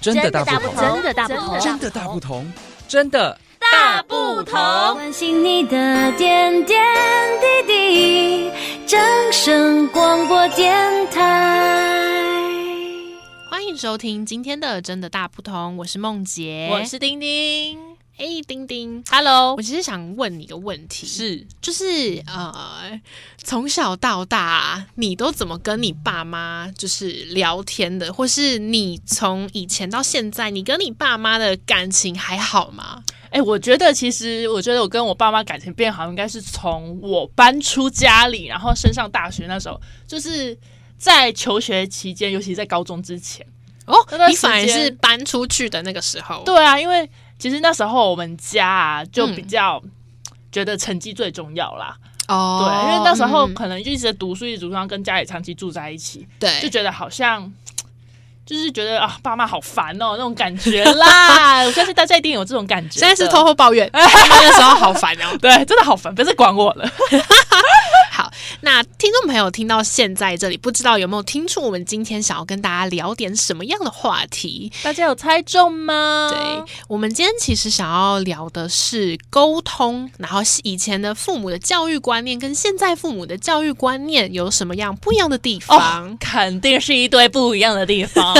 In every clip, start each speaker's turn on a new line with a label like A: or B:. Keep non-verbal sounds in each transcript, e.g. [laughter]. A: 真的大
B: 大
A: 不
B: 不
A: 同，
B: 同，的大
A: 真
B: 真
A: 的
B: 的
A: 大
B: 大
A: 不
B: 不
A: 同，真的
B: 大不同。
C: 关心你的点点滴滴，掌声广播电台。
D: 欢迎收听今天的《真的大不同》，我是梦洁，
B: 我是丁丁
D: 哎丁丁。
B: ，Hello，
D: 我其实想问你一个问题，
B: 是
D: 就是呃，从小到大，你都怎么跟你爸妈就是聊天的，或是你从以前到现在，你跟你爸妈的感情还好吗？
B: 哎、我觉得其实，我觉得我跟我爸妈感情变好，应该是从我搬出家里，然后升上大学那时候，就是在求学期间，尤其在高中之前。
D: 哦
B: 那段
D: 你反而
B: 时间
D: 是搬出去的那个时候，
B: 对啊，因为其实那时候我们家啊，就比
D: 嗯
B: 较觉得成绩最重要啦。
D: 哦，
B: 对，因为那时候
D: 嗯
B: 可能就一直读书，一直读书，然后跟家里长期住在一起，
D: 对
B: 就觉得好像。就是觉得啊，爸妈好烦哦，那种感觉啦。 [laughs] 我相信大家一定有这种感觉的。
D: 现在是偷偷抱
B: [laughs]
D: 怨，因为那时候好烦哦。
B: 对，真的好烦，别再管我了。
D: 那听众朋友听到现在这里，不知道有没有听出我们今天想要跟大家聊点什么样的话题？
B: 大家有猜中吗？
D: 对，我们今天其实想要聊的是沟通，然后以前的父母的教育观念跟现在父母的教育观念有什么样不一样的地方？
B: 哦，肯定是一堆不一样的地方。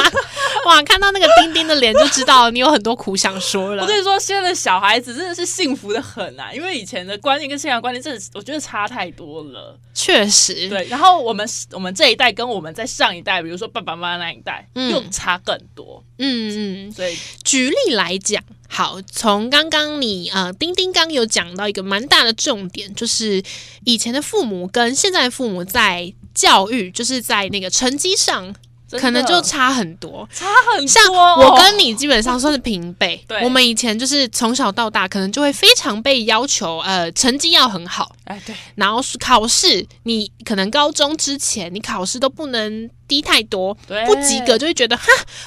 D: [laughs] 哇，看到那个丁丁的脸就知道你有很多苦想说了
B: 我。跟你说，现在的小孩子真的是幸福的很啊，因为以前的观念跟现在的观念，真的是我觉得差太多了。
D: 确实，
B: 对，然后我们我们这一代跟我们在上一代，比如说爸爸妈妈那一代，
D: 嗯
B: 又差更多，
D: 嗯嗯，
B: 所以
D: 举例来讲，好，从刚刚你呃，丁丁刚有讲到一个蛮大的重点，就是以前的父母跟现在的父母在教育，就是在那个成绩上，
B: 真的
D: 可能就差很多。
B: 差很多。，
D: 像我跟你基本上算是平辈
B: 对
D: 我们以前就是从小到大，可能就会非常被要求，呃，成绩要很好，
B: 哎，对，
D: 然后考试，你可能高中之前你考试都不能低太多，
B: 对
D: 不及格就会觉得哈，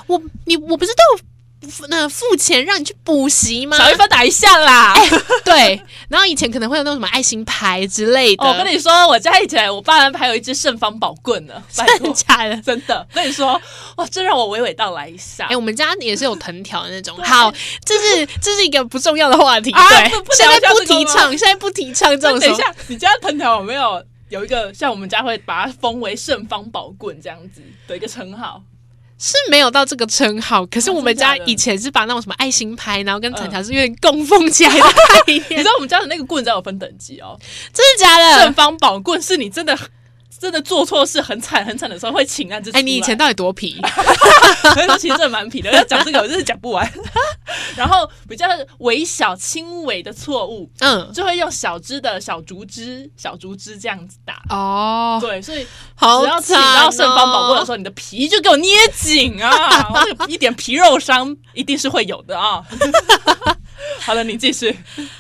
D: 我你我不是都有付那付钱让你去补习吗？[laughs]
B: 少一分打一下啦。
D: 哎对，然后以前可能会有那种什么爱心牌之类的，
B: 哦我跟你说，我家以前我爸还有一只盛方宝棍呢，拜
D: [laughs] 真的
B: 托，
D: 假
B: [laughs]
D: 的？
B: 真的，我跟你说，哇，这让我娓娓道来一下。
D: 哎、我们家也是有藤条的那种。好，这是这是一个不重要的话题，
B: 啊
D: 对，
B: 不不
D: 现
B: 聊一下
D: 在不
B: 这个
D: 提
B: 吗
D: 倡，现在不提倡这
B: 那
D: 种。
B: 等一，下，你家藤条有没有有一个像我们家会把它封为圣方宝棍这样子的一个称
D: [laughs]
B: 号？
D: 是没有到这个称号，可是
B: 啊
D: 我们
B: 真假
D: 家
B: 的
D: 以前是把那种什么爱心牌，然后跟藤
B: 嗯
D: 条是有点供奉起
B: [laughs]
D: 来的概
B: 你
D: 念
B: 知，道我们家的那个棍子还有分等级哦，
D: 真的假
B: 正
D: 的？
B: 方宝棍是你真的真的做错事很惨很惨的时候会请那只出
D: 哎、
B: 来。
D: 你以前到底多
B: [laughs]
D: 皮？
B: 的 [laughs] 其实真的蛮皮的，要讲这个我真是讲不完。 [laughs] 然后比较微小轻微的错误，
D: 嗯，
B: 就会用小枝的小竹枝、小竹枝这样子打。
D: 哦，
B: 对，所以
D: 好
B: 只要请
D: 惨哦
B: 到圣方宝棍的时
D: 候，
B: 候，你的皮就给我捏紧 [laughs] 啊！我有一点皮肉伤一定是会有的啊。 [laughs] 好了，你继续。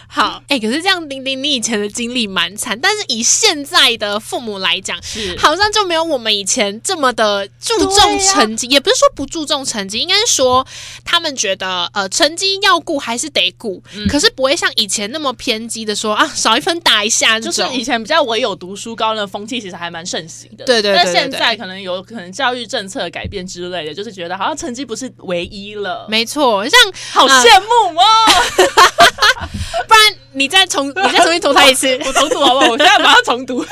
D: 好，哎、可是这样，丁丁，你以前的经历蛮惨，但是以现在的父母来讲，
B: 是
D: 好像就没有我们以前这么的注重成绩，也不是说不注重成绩，应该是说他们觉得呃成绩要顾还是得顾，
B: 嗯
D: 可是不会像以前那么偏激的说啊少一分打一下这
B: [laughs] 就是
D: 种。
B: 以前比较唯有读书高的风气，其实还蛮盛行的。
D: 对对对
B: 但
D: 对
B: 现
D: 对
B: 在可能有可能教育政策改变之类的，就是觉得好像成绩不是唯一了，
D: 没错，像呃
B: 好羡慕哦！
D: 不然你再重你再重新投胎一
B: [laughs]
D: 次
B: [laughs] ，我重读好不好？我现在马上重读。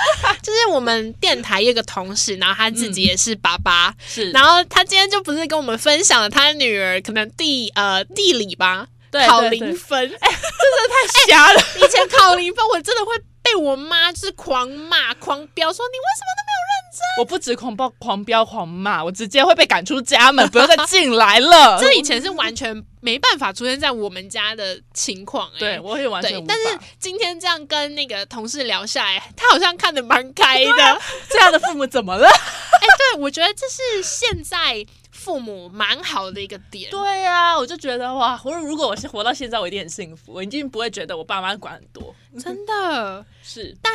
D: 就是我们电台有一个同事，然后他自
B: 嗯
D: 己也是爸爸，
B: [laughs] 是
D: 然后他今天就不是跟我们分享了他女儿可能地呃地理吧，
B: 对
D: 考
B: 对哎
D: 零
B: 对
D: 分，
B: 太瞎了。
D: 以前考零分，我真的会被我妈就是狂骂、狂飙，说你为什么都没有认真？
B: [laughs] 我不止狂暴、狂飙、狂骂，我直接会被赶出家门，不要再进来 [laughs] 了。
D: 这以前是完全没办法出现在我们家的情况、欸，
B: 对，我也完全
D: 对
B: 无。法
D: 但是今天这样跟那个同事聊下来，他好像看得蛮开的。哎、
B: 这样的父母怎么 [laughs] 了？
D: 对，我觉得这是现在父母蛮好的一个点。
B: 啊对呀、我就觉得哇，我如果我是活到现在，我一定很幸福，我一定不会觉得我爸妈管很多。 [laughs]
D: 真的。
B: 是
D: 但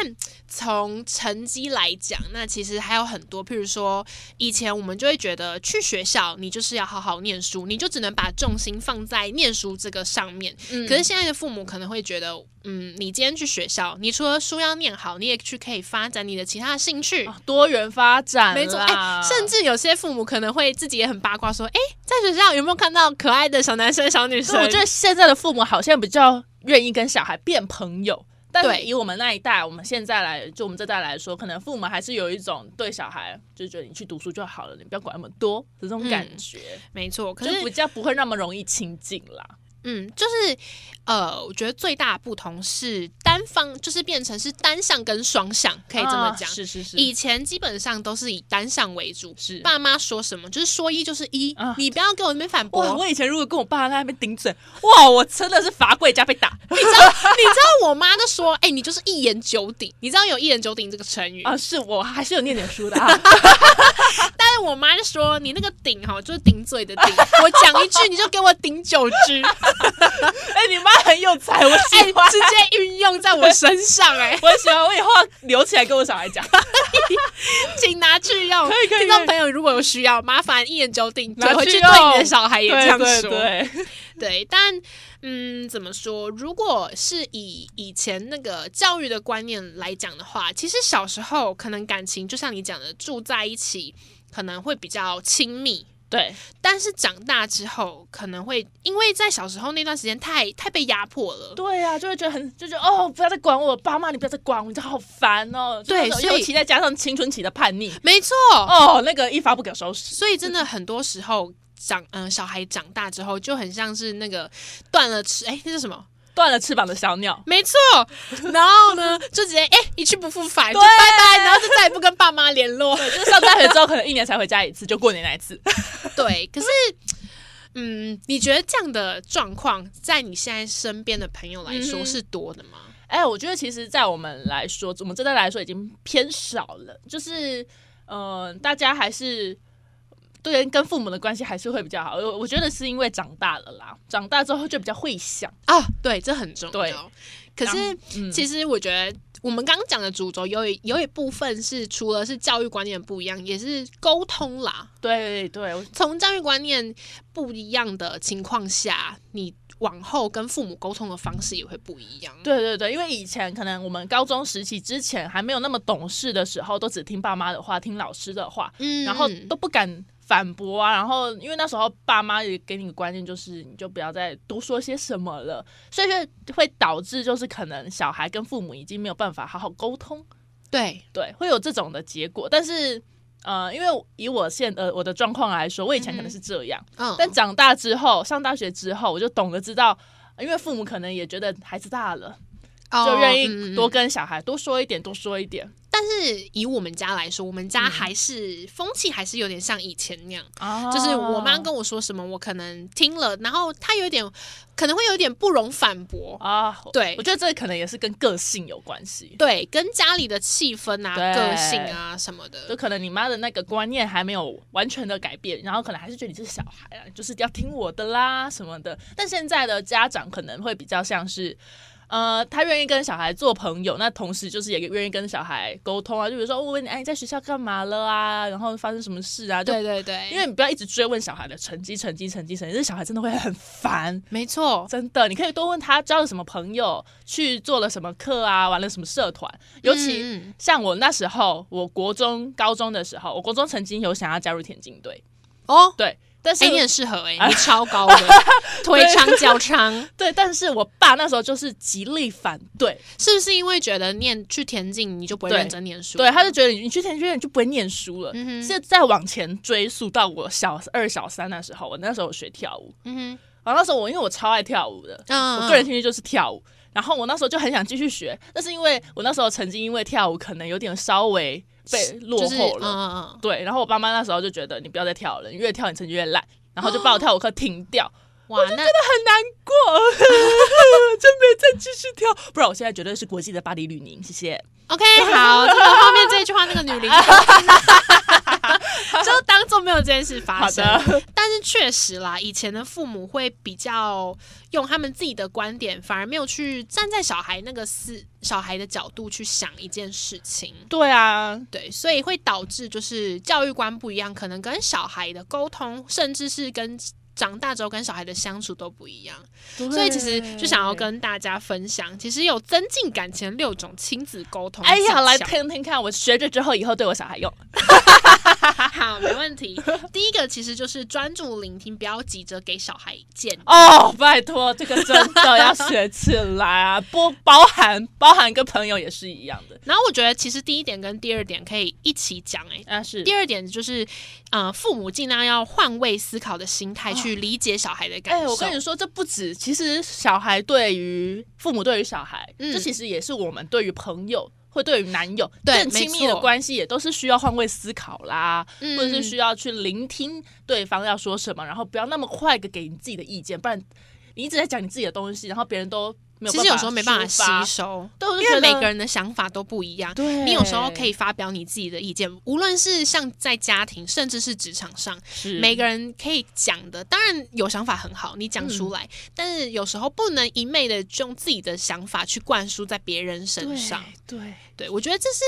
D: 从成绩来讲，那其实还有很多，譬如说，以前我们就会觉得去学校你就是要好好念书，你就只能把重心放在念书这个上面。
B: 嗯
D: 可是现在的父母可能会觉得，嗯，你今天去学校，你除了书要念好，你也去可以发展你的其他的兴趣。
B: 啊多元发展啦，
D: 没错，哎、甚至有些父母可能会自己也很八卦，说，哎、在学校有没有看到可爱的小男生、小女生？
B: 所以我觉得现在的父母好像比较愿意跟小孩变朋友，但
D: 对
B: 是以我们那一代，我们现在来，就我们这代来说，可能父母还是有一种对小孩就觉得你去读书就好了，你不要管那么多的这种感觉，
D: 没错，可
B: 嗯就是比较不会那么容易亲近啦。
D: 嗯，就是呃，我觉得最大的不同是单方，就是变成是单向跟双向，可以这么
B: 啊
D: 讲。
B: 是是是，
D: 以前基本上都是以单向为主，
B: 是
D: 爸妈说什么就是说一就是一，
B: 啊
D: 你不要给我那边反驳。
B: 哇，我以前如果跟我爸在那边顶嘴，哇，我真的是罚跪加被打
D: 你知道，你知道我妈都说，哎、你就是一言九鼎。你知道有一言九鼎这个成语，
B: 啊！是我还是有念点书的啊，
D: 但是我妈就说你那个鼎哈就是顶嘴的顶，我讲一句你就给我顶九句，
B: [laughs] 哎，你妈很有才， [laughs] 我
D: 哎、
B: [laughs] 喜欢，
D: 直接运用在我身上、哎。
B: 我喜欢，我以后要留起来跟我小孩讲，
D: 请拿去用。
B: 可以可以
D: 听众
B: 可以
D: 朋友如果有需要，麻烦一言九鼎，
B: 拿
D: 回
B: 去
D: 去对你的
B: 用
D: 小孩也这样说。
B: 对对对，
D: 对但嗯，怎么说？如果是以以前那个教育的观念来讲的话，其实小时候可能感情就像你讲的，住在一起可能会比较亲密。
B: 对，
D: 但是长大之后，可能会因为在小时候那段时间太太被压迫了，
B: 对呀、就会觉得很就觉得哦，不要再管我，爸妈你不要再管我，你这好烦哦。就
D: 对
B: 那种
D: 所以
B: 尤其再加上青春期的叛逆，
D: 没错，
B: 哦，那个一发不可收拾。
D: 所以真的很多时候长嗯、小孩长大之后就很像是那个断了翅，哎、那是什么？
B: 断了翅膀的小鸟，
D: 没错，然后呢，就直接哎、一去不复返，就
B: 对
D: 拜拜，然后就再也不跟爸妈联络。
B: 对，就是上大学之后可能一年才回家一次，就过年那一次。
D: 对，可是，嗯，你觉得这样的状况，在你现在身边的朋友来说
B: 嗯哼
D: 是多的吗？
B: 哎、我觉得其实，在我们来说，我们这代来说已经偏少了，就是嗯、呃大家还是。对，跟父母的关系还是会比较好。我我觉得是因为长大了啦，长大之后就比较会想。
D: 啊、对，这很重
B: 哦对
D: 要。可是，
B: 嗯
D: 其实我觉得我们刚刚讲的主轴有一有一部分是除了是教育观念不一样，也是沟通啦。
B: 对对对，我
D: 从教育观念不一样的情况下，你往后跟父母沟通的方式也会不一样。
B: 对对对，因为以前可能我们高中时期之前还没有那么懂事的时候，都只听爸妈的话，听老师的话，
D: 嗯
B: 然后都不敢反驳啊。然后因为那时候爸妈也给你个观念，就是你就不要再多说些什么了，所以就会导致就是可能小孩跟父母已经没有办法好好沟通，
D: 对，
B: 对，会有这种的结果。但是呃，因为以我现呃我的状况来说，我以前可能是这样，
D: 嗯，
B: 但长大之后，上大学之后，我就懂得知道，呃因为父母可能也觉得孩子大了。
D: 哦
B: 就愿
D: 嗯
B: 意
D: 嗯
B: 多
D: 嗯
B: 跟小孩多说一点，多说一点
D: 但是以我们家来说，我们
B: 嗯
D: 家还是、风气还是有点像以前那样，
B: 啊
D: 就是我妈跟我说什么，我可能听了，然后她有点可能会有点不容反驳。
B: 啊，
D: 对
B: 我觉得这可能也是跟个性有关系，
D: 对，跟家里的气氛啊、
B: 对
D: 个性啊什么的
B: 就，可能你妈的那个观念还没有完全的改变，然后可能还是觉得你是小孩啊，就是要听我的啦什么的。但现在的家长可能会比较像是。呃，他愿意跟小孩做朋友，那同时就是也愿意跟小孩沟通啊，就比如说我问你，哎，你在学校干嘛了啊？然后发生什么事啊？就
D: 对对对，
B: 因为你不要一直追问小孩的成绩、成绩、成绩、成绩，这小孩真的会很烦。
D: 没错，
B: 真的，你可以多问他交了什么朋友，去做了什么课啊，玩了什么社团。尤
D: 嗯
B: 其
D: 嗯
B: 像我那时候，我国中、高中的时候，我国中曾经有想要加入田径队，
D: 哦，
B: 对，但是、
D: 哎、你很适合
B: [laughs]
D: 哎、你超高的，腿长脚长，
B: 对，但是我爸那时候就是极力反对，
D: 是不是因为觉得念去田径你就不会
B: 对
D: 认真念书？
B: 对，他就觉得你你去田径队你就不会念书了。
D: 嗯哼
B: 是再往前追溯到我小二、小三那时候，我那时候有学跳舞，
D: 嗯
B: 然后那时候我因为我超爱跳舞的，
D: 嗯
B: 我个人兴趣就是跳舞。然后我那时候就很想继续学，但是因为我那时候曾经因为跳舞可能有点稍微被落
D: 就是
B: 后
D: 嗯
B: 了，
D: 嗯嗯，
B: 对。然后我爸妈那时候就觉得你不要再跳了，你越跳你成绩越烂，然后就把我跳舞课停
D: [laughs]
B: 掉，
D: 哇，那
B: 很难过，就没再继续跳。不然我现在绝对是国际的巴黎吕宁，谢谢。
D: OK 好，这个后面这一句话那个女领导
B: [laughs]
D: 就当做没有这件事发
B: 好
D: 生。
B: 的，
D: 但是确实啦，以前的父母会比较用他们自己的观点，反而没有去站在小孩那个思小孩的角度去想一件事情。
B: 对啊，
D: 对，所以会导致就是教育观不一样，可能跟小孩的沟通，甚至是跟长大之后跟小孩的相处都不一样。所以其实就想要跟大家分享，其实有增进感情的六种亲子沟通技巧。
B: 哎呀，来听听看，我学着之后以后对我小孩用。
D: [laughs] 好，没问题。第一个其实就是专注聆听，不要急着给小孩建议。
B: 哦，拜托，这个真的要学起来啊！不包含包含跟朋友也是一样的，
D: 然后我觉得其实第一点跟第二点可以一起讲、欸，
B: 但是
D: 第二点就是，呃，父母尽量要换位思考的心态去理解小孩的感
B: 哦哎、
D: 受。
B: 我跟你说，这不止，其实小孩对于父母对于小孩，
D: 嗯
B: 这其实也是我们对于朋友。或对于男友
D: 对
B: 更亲密
D: 没
B: 的
D: 错
B: 关系，也都是需要换位思考啦，
D: 嗯
B: 或者是需要去聆听对方要说什么，然后不要那么快的给你自己的意见，不然你一直在讲你自己的东西，然后别人都没有办法
D: 其实有时候没办法
B: 抒发
D: 吸收，
B: 对我就
D: 因为
B: 觉得
D: 每个人的想法都不一样。
B: 对
D: 你有时候可以发表你自己的意见，无论是像在家庭，甚至是职场上，
B: 是
D: 每个人可以讲的。当然有想法很好，你讲
B: 嗯
D: 出来，但是有时候不能一昧的用自己的想法去灌输在别人身上。
B: 对，对
D: 对我觉得这是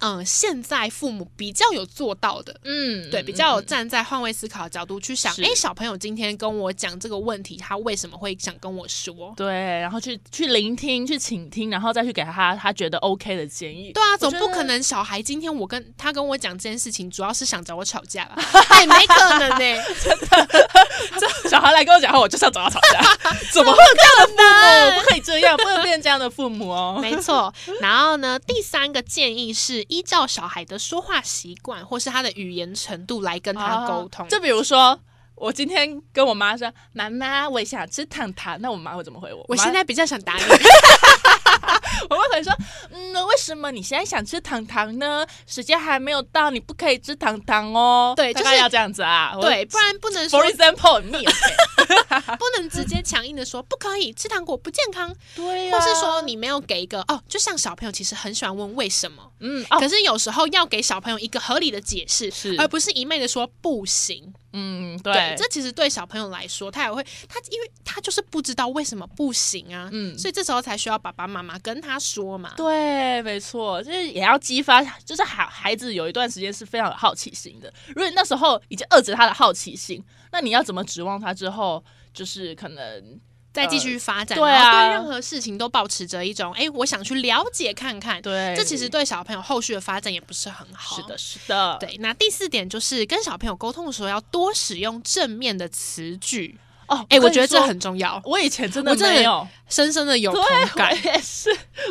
D: 嗯、呃现在父母比较有做到的。
B: 嗯
D: 对，比较有站在换位思考的角度去想，
B: 是
D: 诶，小朋友今天跟我讲这个问题，他为什么会想跟我说？
B: 对，然后去去聆听、去倾听，然后再去给他他觉得 OK 的建议。
D: 对啊，总
B: 觉
D: 不
B: 得
D: 可能小孩今天我跟他跟我讲这件事情，主要是想找我吵架
B: [laughs]
D: 吧？哎、没可能呢、
B: [laughs] 小孩来跟我讲话，我就是要找他吵
D: [laughs]
B: 架，怎么会有这样的父母？不可以这样，不能变这样的父母哦。
D: [laughs] 没错。然后呢，第三个建议是依照小孩的说话习惯或是他的语言程度来跟他沟通。
B: 啊就比如说，我今天跟我妈说：“妈妈，我想吃糖糖。”那我妈会怎么回我？
D: 我现
B: 妈，
D: 在比较想打你，
B: [laughs] 我妈可能说：“嗯，为什么你现在想吃糖糖呢？时间还没有到，你不可以吃糖糖哦。”
D: 对
B: 大
D: 就
B: 概
D: 是
B: 要这样子啊。我
D: 对，不然不能说
B: ，For example,
D: [laughs]
B: me. okay
D: 不能直接强硬的说不可以吃糖果不健康，
B: 对啊
D: 或是说，你没有给一个哦，就像小朋友其实很喜欢问为什么，
B: 嗯，哦，
D: 可是有时候要给小朋友一个合理的解释，
B: 是
D: 而不是一昧的说不行。
B: 嗯，
D: 对，这其实对小朋友来说，他也会他因为他就是不知道为什么不行啊，
B: 嗯
D: 所以这时候才需要爸爸妈妈跟他说嘛。
B: 对，没错，就是也要激发，就是孩孩子有一段时间是非常有好奇心的。如果你那时候已经遏制他的好奇心，那你要怎么指望他之后就是可能
D: 再继续发展，
B: 对啊
D: 然后对任何事情都保持着一种，哎，我想去了解看看。
B: 对
D: 这其实对小朋友后续的发展也不是很好。
B: 是的，，是的，
D: 对。那第四点就是跟小朋友沟通的时候，要多使用正面的词句。
B: 哦。
D: 哎，我
B: 跟你
D: 觉得这
B: 说
D: 很，重要，
B: 我以前真
D: 我
B: 的
D: 真的
B: 没有，
D: 深深的有
B: 对
D: 同
B: 我
D: 感。
B: 也是。 [laughs]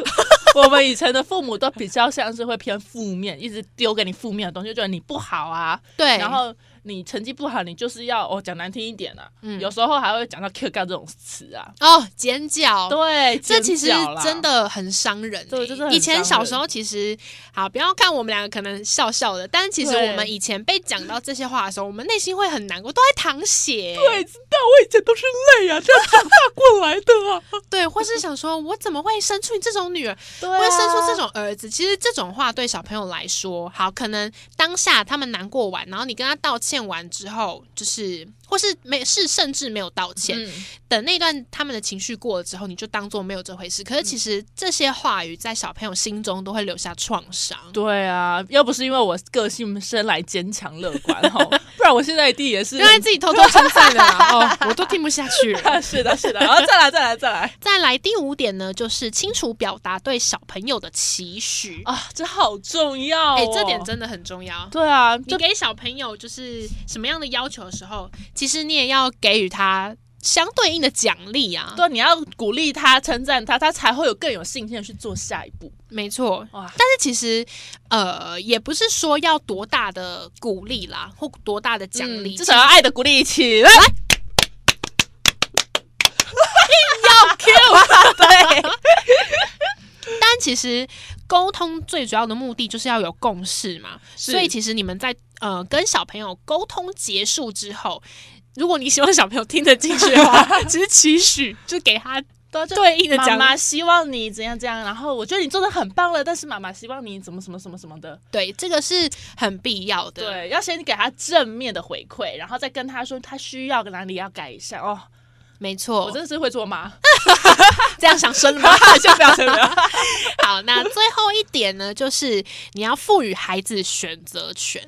B: 我们以前的父母都比较像是会偏负面，一直丢给你负面的东西，就觉得你不好啊，
D: 对，
B: 然后你成绩不好，你就是要哦讲难听一点啊，
D: 嗯
B: 有时候还会讲到 Q 杠这种词啊，
D: 哦，尖叫，
B: 对，
D: 这
B: 尖
D: 其实
B: 角啦
D: 真的很伤人、欸。
B: 对真的很
D: 以前
B: 伤
D: 小
B: 人
D: 时候其实，好，不要看我们两个可能笑笑的，但其实
B: 对
D: 我们以前被讲到这些话的时候，我们内心会很难过，都在淌血欸、
B: 我也知道，我以前都是累啊，这样长大过来的啊。 [laughs]
D: 对，或是想说，我怎么会生出你这种女儿，
B: 对啊
D: 会生出这种儿子？其实这种话对小朋友来说，好，可能当下他们难过完，然后你跟他道歉完之后，就是或是没是甚至没有道歉，等那段他们的情绪过了之后，你就当做没有这回事。可是
B: 嗯
D: 其实这些话语在小朋友心中都会留下创伤。
B: 对啊，要不是因为我个性生来坚强乐观 [laughs] 哈，不然我现在一定也是 [laughs]
D: 原。来自己偷偷称赞的啦，哦，我都听不下去了。
B: 啊是的，是的， [laughs] 然后再来，再来，再来
D: 再来第五点呢，就是清楚表达对小朋友的期许。哎、
B: 啊！这好重要、哦，
D: 这点真的很重要。
B: 对啊，
D: 你
B: 就
D: 给小朋友就是什么样的要求的时候，其实你也要给予他相对应的奖励啊。，
B: 对，你要鼓励他，称赞他，他才会有更有信心的去做下一步。
D: 没错。
B: 哇，
D: 但是其实，呃，也不是说要多大的鼓励啦，或多大的奖励，
B: 嗯至少要爱的鼓励起来。要 Q 对，
D: 但其实沟通最主要的目的就是要有共识嘛，
B: 是
D: 所以其实你们在呃跟小朋友沟通结
B: [laughs]
D: 束之后，如果你希望小朋友听得进去的话，其实期许就给他
B: 对啊，就
D: 对应的讲
B: 妈妈希望你怎样怎样，然后我觉得你做的很棒了，但是妈妈希望你怎么什么什么什么的，
D: 对，这个是很必要的。，
B: 对，要先给他正面的回馈，然后再跟他说他需要哪里要改一下哦。
D: 没错，
B: 我真的是会做妈，
D: 这样想生了
B: [laughs]
D: 吗？
B: 先不要先不要，
D: 好，那最后一点呢，就是你要赋予孩子选择权。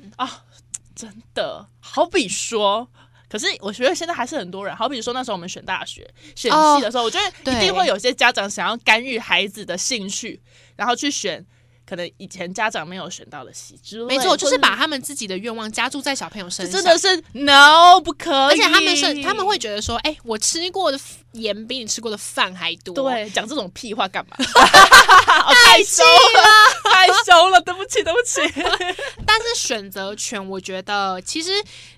B: 真的，好比说。可是我觉得现在还是很多人，好比说那时候我们选大学、
D: 哦
B: 选系的时候，我觉得一
D: 对
B: 定会有些家长想要干预孩子的兴趣，然后去选可能以前家长没有选到的系之类。
D: 没错，就
B: 或
D: 是把他们自己的愿望加注在小朋友身
B: 这
D: 上。
B: 真的是 no 不可以，
D: 而且他们是他们会觉得说，哎、我吃过的盐比你吃过的饭还多。，
B: 对讲这种屁
D: [laughs]
B: 话干嘛？哦太羞了，太羞了，对不起对不
D: [laughs]
B: 起。
D: 但是选择权，我觉得其实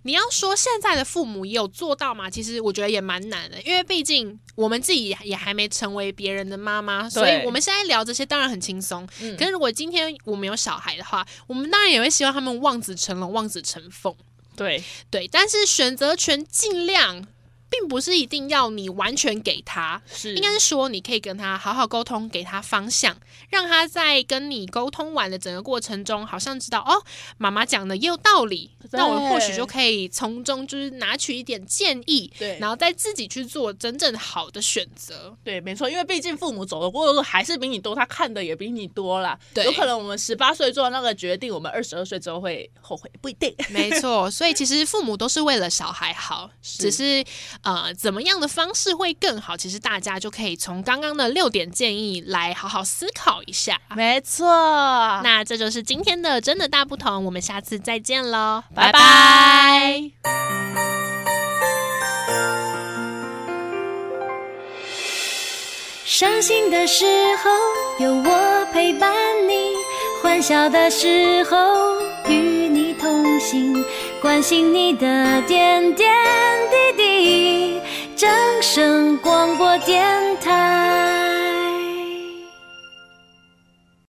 D: 你要说现在的父母也有做到嘛，其实我觉得也蛮难的，因为毕竟我们自己也还没成为别人的妈妈，所以我们现在聊这些当然很轻松。
B: 嗯
D: 可是如果今天我们有小孩的话，我们当然也会希望他们望子成龙、望子成凤。
B: 对，
D: 对，但是选择权尽量。并不是一定要你完全给他，
B: 是
D: 应该是说你可以跟他好好沟通，给他方向，让他在跟你沟通完的整个过程中，好像知道哦，妈妈讲的也有道理，
B: 对
D: 那我或许就可以从中就是拿取一点建议，
B: 对
D: 然后再自己去做真正好的选
B: [laughs]
D: 择。
B: 对，没错，因为毕竟父母走的过路还是比你多，他看的也比你多啦。
D: 对
B: 有可能我们十八岁做的那个决定，我们二十二岁之后会后悔，不一定。
D: 没错，所以其实父母都是为了小孩好，只是呃怎么样的方式会更好，其实大家就可以从刚刚的六点建议来好好思考一下。
B: 没错，
D: 那这就是今天的真的大不同，我们下次再见喽，
B: 拜
D: 拜
B: 拜
D: 拜
C: 伤心的时候有我陪伴你，欢笑的时候与你同行，关心你的点点滴滴。掌声广播电台。